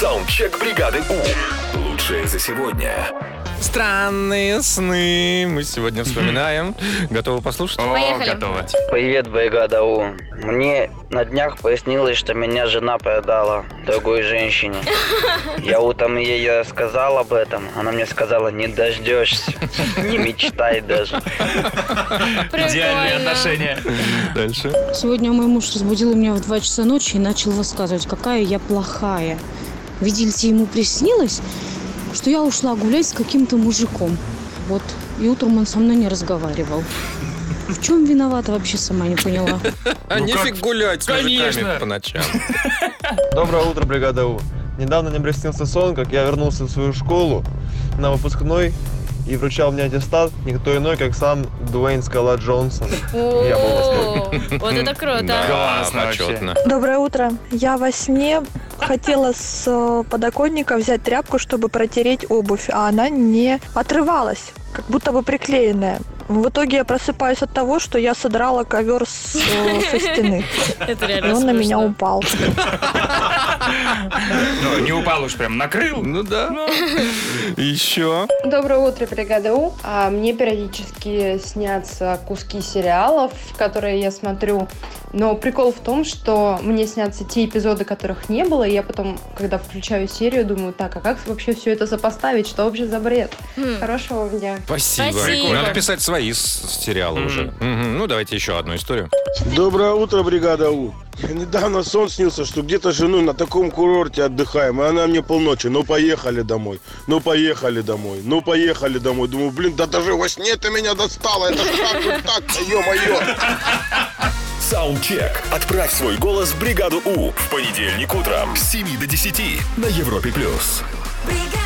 Саундчек бригады У. Лучшее за сегодня. Странные сны мы сегодня вспоминаем. Готовы послушать? А, О, Поехали. готово. Привет, бригада У. Мне на днях пояснилось, что меня жена продала другой женщине. Я утром ей рассказал об этом. Она мне сказала, не дождешься, не мечтай даже. Идеальные Прикольно. отношения. Дальше. ну Сегодня мой муж разбудил меня в 2 часа ночи и начал рассказывать, какая я плохая. Видите, ему приснилось, что я ушла гулять с каким-то мужиком. Вот. И утром он со мной не разговаривал. В чем виновата вообще сама не поняла. А Ну нефиг как- гулять с мужиками Конечно. по ночам. Доброе утро, бригада У. Недавно мне приснился сон, как я вернулся в свою школу на выпускной и вручал мне аттестат никто иной, как сам Дуэйн Скала Джонсон. Я был О, вот в это Да, ну, круто. Классно вообще. почетно. Доброе утро. Я во сне хотела с э, подоконника взять тряпку, чтобы протереть обувь, а она не отрывалась, как будто бы приклеенная. В итоге я просыпаюсь от того, что я содрала ковер с, э, со стены, Это и реально он на меня смешно. упал. Ну, не упал уж прям, накрыл. Ну да. Еще. Доброе утро, бригада У. А, Мне периодически снятся куски сериалов, которые я смотрю. Но прикол в том, что мне снятся те эпизоды, которых не было, и я потом, когда включаю серию, думаю, так, а как вообще все это сопоставить? Что вообще за бред? Хм. Хорошего вам дня. Спасибо. Спасибо. Надо писать свои с- с сериалы Мгм. уже. Мгм. Ну, давайте еще одну историю. Доброе утро, бригада У. Недавно сон снился, что где-то жену на таком курорте отдыхаем, и она мне полночи, ну поехали домой, ну поехали домой, ну поехали домой. Думаю, блин, да даже во сне ты меня достала, это же так, вот так, ё-моё. Саундчек. Отправь свой голос в бригаду У в понедельник утром с 7 до 10 на Европе+. плюс. бригада.